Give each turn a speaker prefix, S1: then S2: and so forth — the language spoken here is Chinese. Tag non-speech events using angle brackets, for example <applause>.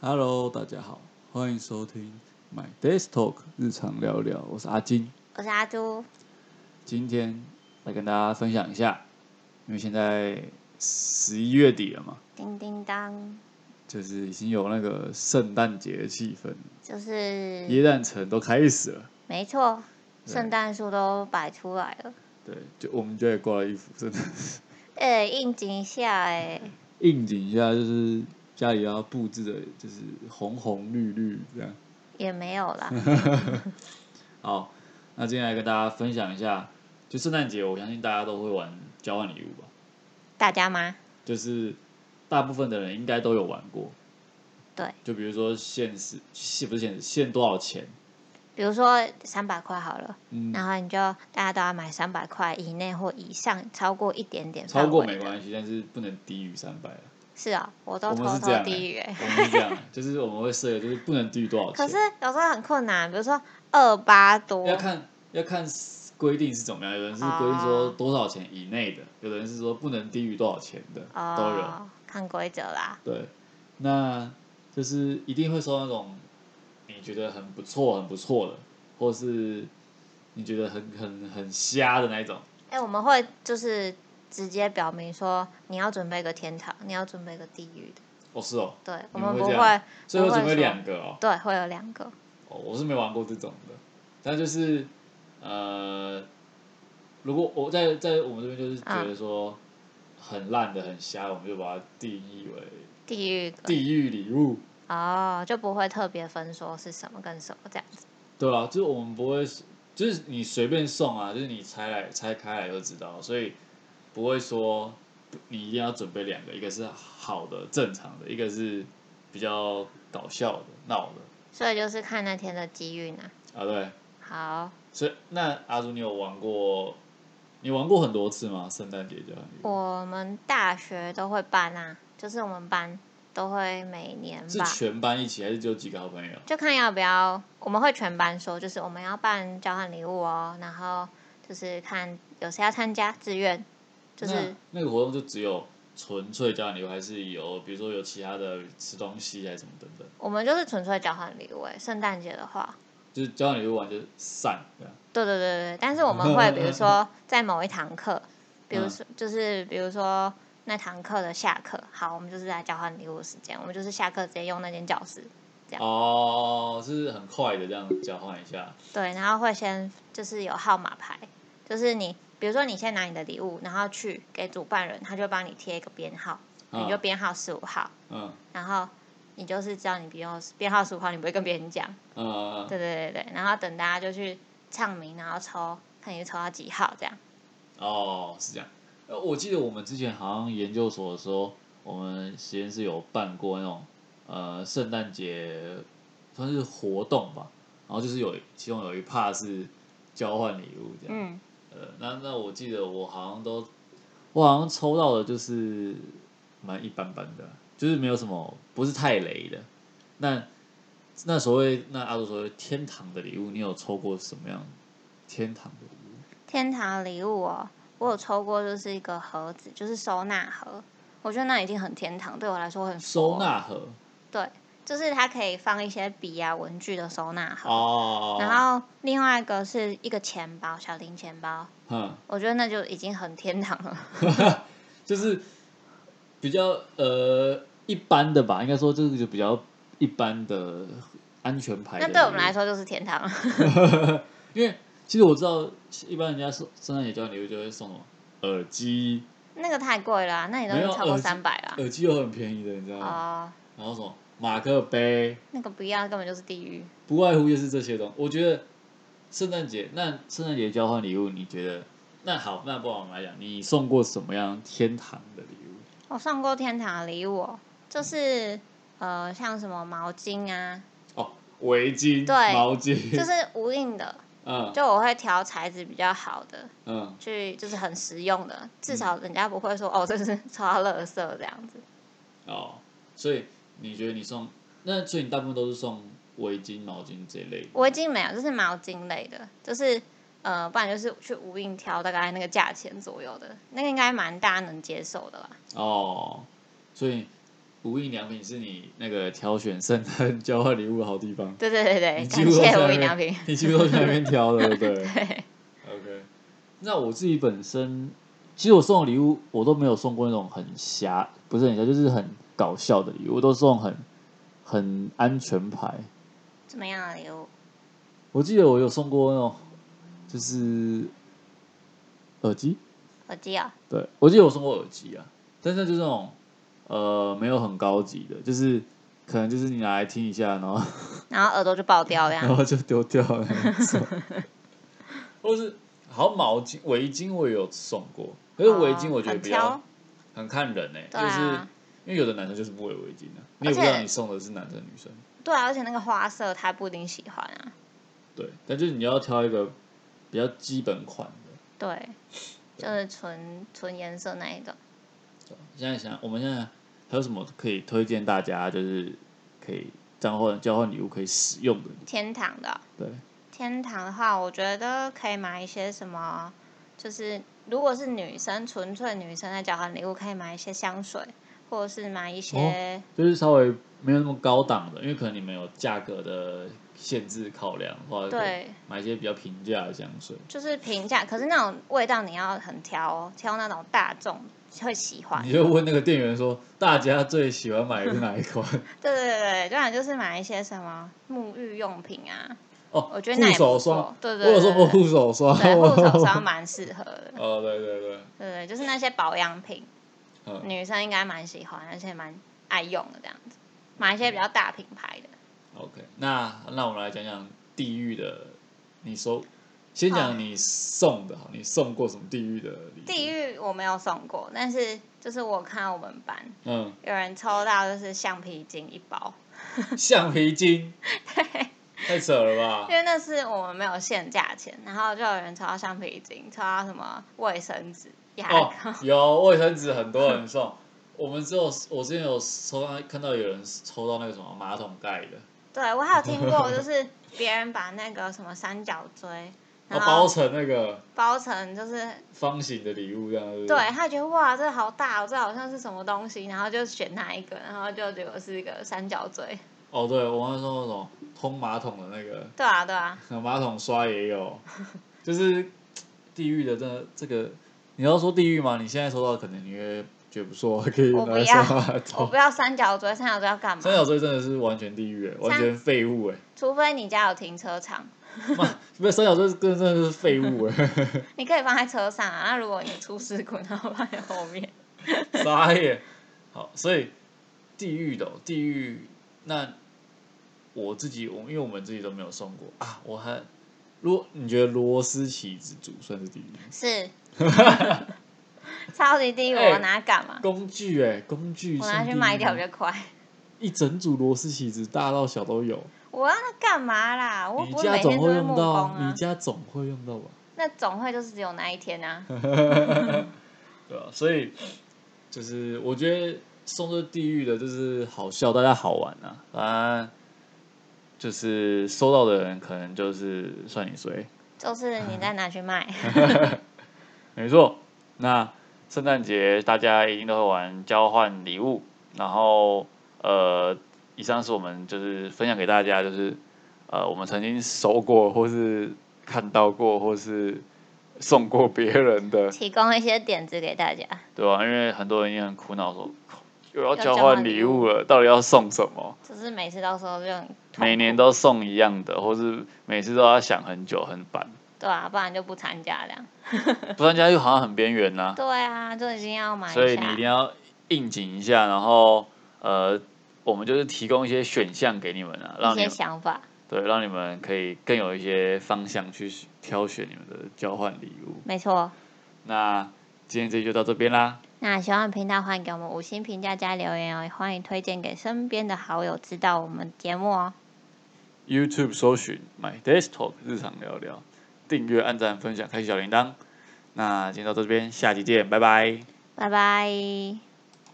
S1: Hello，大家好，欢迎收听 My Desk Talk 日常聊聊，我是阿金。
S2: 我是阿朱，
S1: 今天来跟大家分享一下，因为现在十一月底了嘛，
S2: 叮叮当，
S1: 就是已经有那个圣诞节的气氛了，
S2: 就是
S1: 耶诞城都开始了。
S2: 没错，
S1: 对
S2: 圣诞树都摆出来了，
S1: 对，就我们就也挂了一幅，真的是
S2: 哎、应景一下哎、
S1: 应景一下，就是家里要布置的，就是红红绿绿这样。
S2: 也没有
S1: <laughs>
S2: 啦，
S1: 好，那今天来跟大家分享一下，就圣诞节，我相信大家都会玩交换礼物吧，
S2: 大家吗？
S1: 就是大部分的人应该都有玩过。
S2: 对，
S1: 就比如说限时，限不是限时，限多少钱？
S2: 比如说三百块好了，
S1: 嗯，
S2: 然后你就大家都要买三百块以内或以上，超过一点点
S1: 超过
S2: 范围
S1: 没
S2: 的
S1: 关系，但是不能低于三百。
S2: 是啊，我
S1: 我
S2: 都
S1: 们
S2: 偷
S1: 是
S2: 偷
S1: 这样、
S2: 低于、
S1: 欸
S2: 欸，
S1: 我们是这样、 <laughs> 就是我们会设，就是不能低于多少钱。
S2: 可是有时候很困难，比如说二八多，
S1: 要看要看规定是怎么样，有人是规定说
S2: 哦
S1: 多少钱以内的，有人是说不能低于多少钱的，都有。
S2: 哦，看规则啦，
S1: 对，那就是一定会收到那种你觉得很不错、很不错的，或是你觉得很很很瞎的那一种。
S2: 哎、我们会就是直接表明说你要准备一个天堂，你要准备一个地狱的。
S1: 哦，是哦，
S2: 对，
S1: 你
S2: 我
S1: 们
S2: 们
S1: 会
S2: 不
S1: 这样
S2: 会，
S1: 所以我
S2: 不会
S1: 准备
S2: 说
S1: 两个哦
S2: 对，会有两个，
S1: 哦，我是没玩过这种的，但就是呃，如果我在在我们这边就是觉
S2: 嗯
S1: 得说很烂的、很瞎，我们就把它定义为
S2: 地狱个
S1: 地狱礼物。
S2: 哦，就不会特别分说是什么跟什么这样子。
S1: 对啊，就是我们不会，就是你随便送啊，就是你拆来拆开来就知道，所以不会说你一定要准备两个，一个是好的正常的，一个是比较搞笑的闹的
S2: 所以就是看那天的机遇呢。
S1: 啊。对，
S2: 好，
S1: 所以那阿朱，你有玩过？你玩过很多次吗？圣诞节交换礼物
S2: 我们大学都会办啊，就是我们班都会每年
S1: 是
S2: 办，
S1: 全班一起，还是只有几个好朋友？
S2: 就看要不要，我们会全班说，就是我们要办交换礼物哦，然后就是看有谁要参加志愿，就是
S1: 那那个活动就只有纯粹交换礼物，还是有比如说有其他的吃东西还是什么等等？
S2: 我们就是纯粹交换礼物、欸。圣诞节的话，
S1: 就是交换礼物完就散这样。
S2: 对对对对，但是我们会比如说在某一堂课，比如说、就是比如说那堂课的下课，好，我们就是在交换礼物的时间，我们就是下课直接用那间教室，
S1: 哦，是很快的这样交换一下，
S2: 对，然后会先就是有号码牌，就是你比如说你先拿你的礼物，然后去给主办人，他就帮你贴一个编号，
S1: 嗯
S2: 你就编号十五号，
S1: 嗯
S2: 然后你就是知道你编号编号十五号，你不会跟别人讲，
S1: 嗯
S2: 对对对对，然后等大家就去唱名，然后抽看你抽到几号这样，
S1: 哦，是这样。呃，我记得我们之前好像研究所的时候，我们实验室有办过那种呃圣诞节算是活动吧，然后就是有其中有一趴是交换礼物这样。
S2: 嗯，
S1: 呃，那那我记得我好像都，我好像抽到的就是蛮一般般的，就是没有什么不是太雷的。那那所谓那阿杜所谓天堂的礼物，你有抽过什么样天堂的礼物？
S2: 天堂礼物哦，我有抽过，就是一个盒子，就是收纳盒。我觉得那已经很天堂，对我来说很
S1: 收，纳盒
S2: 就是它可以放一些笔啊、文具的收纳盒。
S1: 哦，
S2: 然后另外一个是一个钱包，小零钱包，
S1: 嗯，
S2: 我觉得那就已经很天堂了。
S1: 就是比较呃一般的吧，应该说这个就比较一般的安全牌的
S2: 那
S1: 礼物。
S2: 对我们来说就是天堂了。 <laughs>
S1: <laughs> 因为其实我知道，一般人家送圣诞节交换礼物就会送什么耳机，
S2: 那个太贵了啊、那也都
S1: 没有
S2: 是超过
S1: 耳机
S2: 三百啦。
S1: 耳机又很便宜的，你知道吗？
S2: 哦，
S1: 然后什么马克杯，
S2: 那个不要，根本就是地狱。
S1: 不外乎就是这些东西。我觉得圣诞节那圣诞节交换礼物，你觉得那好，那不然我们来讲，你送过什么样天堂的礼物？
S2: 我送哦过天堂的礼物、哦，就是呃，像什么毛巾
S1: <laughs>
S2: 啊，
S1: 哦，围巾、
S2: 对
S1: 毛巾，
S2: 就是无印的，
S1: 嗯
S2: 就我会挑材质比较好的，
S1: 嗯，
S2: 去就是很实用的，至少人家不会说哦，这是抽到垃圾这样子。
S1: 哦，所以你觉得你送那，所以你大部分都是送围巾、毛巾这一类的。
S2: 围巾没有，就是毛巾类的，就是呃，不然就是去无印挑大概那个价钱左右的，那个应该蛮大家能接受的吧？
S1: 哦，所以无印良品是你那个挑选圣诞交换礼物的好地方，
S2: 对对对对，
S1: 你几
S2: 哎感
S1: 乎都
S2: 谢
S1: 在
S2: 无
S1: 那
S2: 印良品 <laughs>
S1: 边。，你几乎都在那边挑的，对不对
S2: 对，
S1: ？OK，那我自己本身，其实我送的礼物我都没有送过那种很狭，不是很狭，就是很搞笑的礼物，我都送很很安全牌。
S2: 怎么样的礼物？
S1: 我记得我有送过那种，就是耳机，
S2: 耳机啊，
S1: 对我记得我送过耳机啊，但是就是那种呃没有很高级的，就是可能就是你拿来听一下，然后
S2: 然后耳朵就爆掉
S1: <laughs>
S2: 这
S1: 然
S2: 样。
S1: 后就丢掉了那一种，或是好毛巾、围巾我也有送过，可是围巾我觉得
S2: 哦很
S1: 比较
S2: 挑，
S1: 很看人呢、欸
S2: 对
S1: 就是
S2: 啊，
S1: 因为有的男生就是不围围巾啊，你也
S2: 而
S1: 不
S2: 且
S1: 知道你送的是男生女生，
S2: 对啊，而且那个花色他不一定喜欢啊。
S1: 对，但就是你要挑一个比较基本款的。
S2: 对，就是纯纯颜色那一种。
S1: 对吧现在想，我们现在还有什么可以推荐大家，就是可以交换交换礼物可以使用的？
S2: 天堂的哦、
S1: 对，
S2: 天堂的话，我觉得可以买一些什么，就是如果是女生，纯粹女生在交换礼物，可以买一些香水，或者是买一些，
S1: 就是稍微没有那么高档的，因为可能你们有价格的限制考量，或者可以
S2: 对，
S1: 买一些比较平价的香水。
S2: 就是平价，可是那种味道你要很挑哦，挑那种大众会喜欢。
S1: 你就问那个店员说，大家最喜欢买的是哪一款？ <laughs>
S2: 对对对对，不然就是买一些什么沐浴用品啊，
S1: 哦，
S2: 我觉得那
S1: 护
S2: 也不
S1: 手
S2: 错
S1: 霜，。
S2: 对
S1: 我
S2: 对
S1: 有
S2: 对
S1: 送过
S2: 对对，
S1: 护手霜，
S2: 对护手霜。蛮适合的。
S1: <laughs> 哦，对对对，
S2: 对对，就是那些保养品，
S1: 嗯
S2: 女生应该蛮喜欢，而且蛮爱用的这样子，买一些比较大品牌的。
S1: ，OK 那。那我们来讲讲地狱的，你收，先讲
S2: 好
S1: 你送的好，你送过什么地狱的礼物？
S2: 地
S1: 狱，
S2: 狱我没有送过，但是就是我看到我们班
S1: 嗯，
S2: 有人抽到就是橡皮筋一包，
S1: 橡皮
S2: <laughs>
S1: 筋，太扯了吧
S2: 因？为那是我们没有限价钱，然后就有人抽到橡皮筋，抽到什么卫生纸、牙膏，
S1: 哦，有卫生纸，很多人送。我们只有我之前有抽到看到有人抽到那个什么马桶盖的，
S2: 对我还有听过，就是别人把那个什么三角锥，
S1: 然
S2: 然
S1: 后哦包
S2: 后
S1: 成那个
S2: 包成就是
S1: 方形的礼物这样子。
S2: 对，他觉得哇，这好大、哦，这好像是什么东西，然后就选它一个，然后就结果是一个三角锥。
S1: 哦，对，我那时候那种通马桶的那个，
S2: 对啊，对啊，
S1: 马桶刷也有，就是地狱的真的这个，你要说地狱嘛，你现在收到可能你会觉得不错，可以拿
S2: 我不
S1: 来
S2: 要
S1: 刷马
S2: 我
S1: 桶
S2: 不。要三角锥，三角锥要干嘛
S1: 哦 <laughs> 三？角锥真的是完全地狱哎，完全废物哎，
S2: 除非你家有停车场，
S1: 妈，不是三角锥真的真的是废物哎，
S2: 你可以放在车上啊。那如果你出事故，然后放在后面，
S1: <laughs> 傻眼。好，所以地狱的哦、地狱，那我自己我因为我们自己都没有送过啊，我还如果你觉得螺丝起子组算是地狱吗？ <laughs>
S2: 是超级低，
S1: 哎
S2: 我拿它干嘛？
S1: 工具哎、工具，
S2: 我拿去
S1: 送地
S2: 卖
S1: 狱
S2: 掉比较快。
S1: 一整组螺丝起子，大到小都有。
S2: 我要那干嘛啦？哦我又
S1: 你
S2: 不是
S1: 家
S2: 每天
S1: 总
S2: 都
S1: 会
S2: 是木
S1: 用
S2: 工
S1: 到，
S2: 啊
S1: 你。家总会用到吧？
S2: 那总会就是只有那一
S1: <laughs>
S2: 天啊。
S1: 对啊，所以就是我觉得送这地狱的，就是好笑，大家好玩啊，啊，就是收到的人可能就是算你衰，
S2: 就是你再拿去卖，
S1: 没错。那圣诞节大家一定都会玩交换礼物，然后呃，以上是我们就是分享给大家，就是呃，我们曾经收过或是呃看到过或是送过别人的，
S2: 提供一些点子给大家。
S1: <laughs> 对啊吧、因为很多人也很苦恼说，靠又要
S2: 要
S1: 交
S2: 交
S1: 换
S2: 换
S1: 礼
S2: 礼
S1: 物
S2: 物
S1: 了，到底要送什 <laughs> 么？
S2: 就是每次到时候就很痛苦
S1: 每年都送一样的，或是每次都要想很久很烦，
S2: 对啊，不然就不参加这样。
S1: 不然家又好像很边缘呐、
S2: 对啊，就已经要买一下，
S1: 所以你一定要应景一下，然后呃，我们就是提供一些选项给你们啊，让
S2: 一
S1: 你
S2: 些
S1: 们
S2: 想法。
S1: 对，让你们可以更有一些方向去挑选你们的交换礼物。
S2: 没错，
S1: 那今天这集就到这边啦，
S2: 那喜欢频道欢迎给我们五星评价加留言哦，也欢迎推荐给身边的好友知道我们节目哦。
S1: YouTube 搜寻 My Desktop 日常聊聊，订阅、按赞、分享、开启小铃铛。那今天到这边，下期见，拜拜。
S2: 拜拜。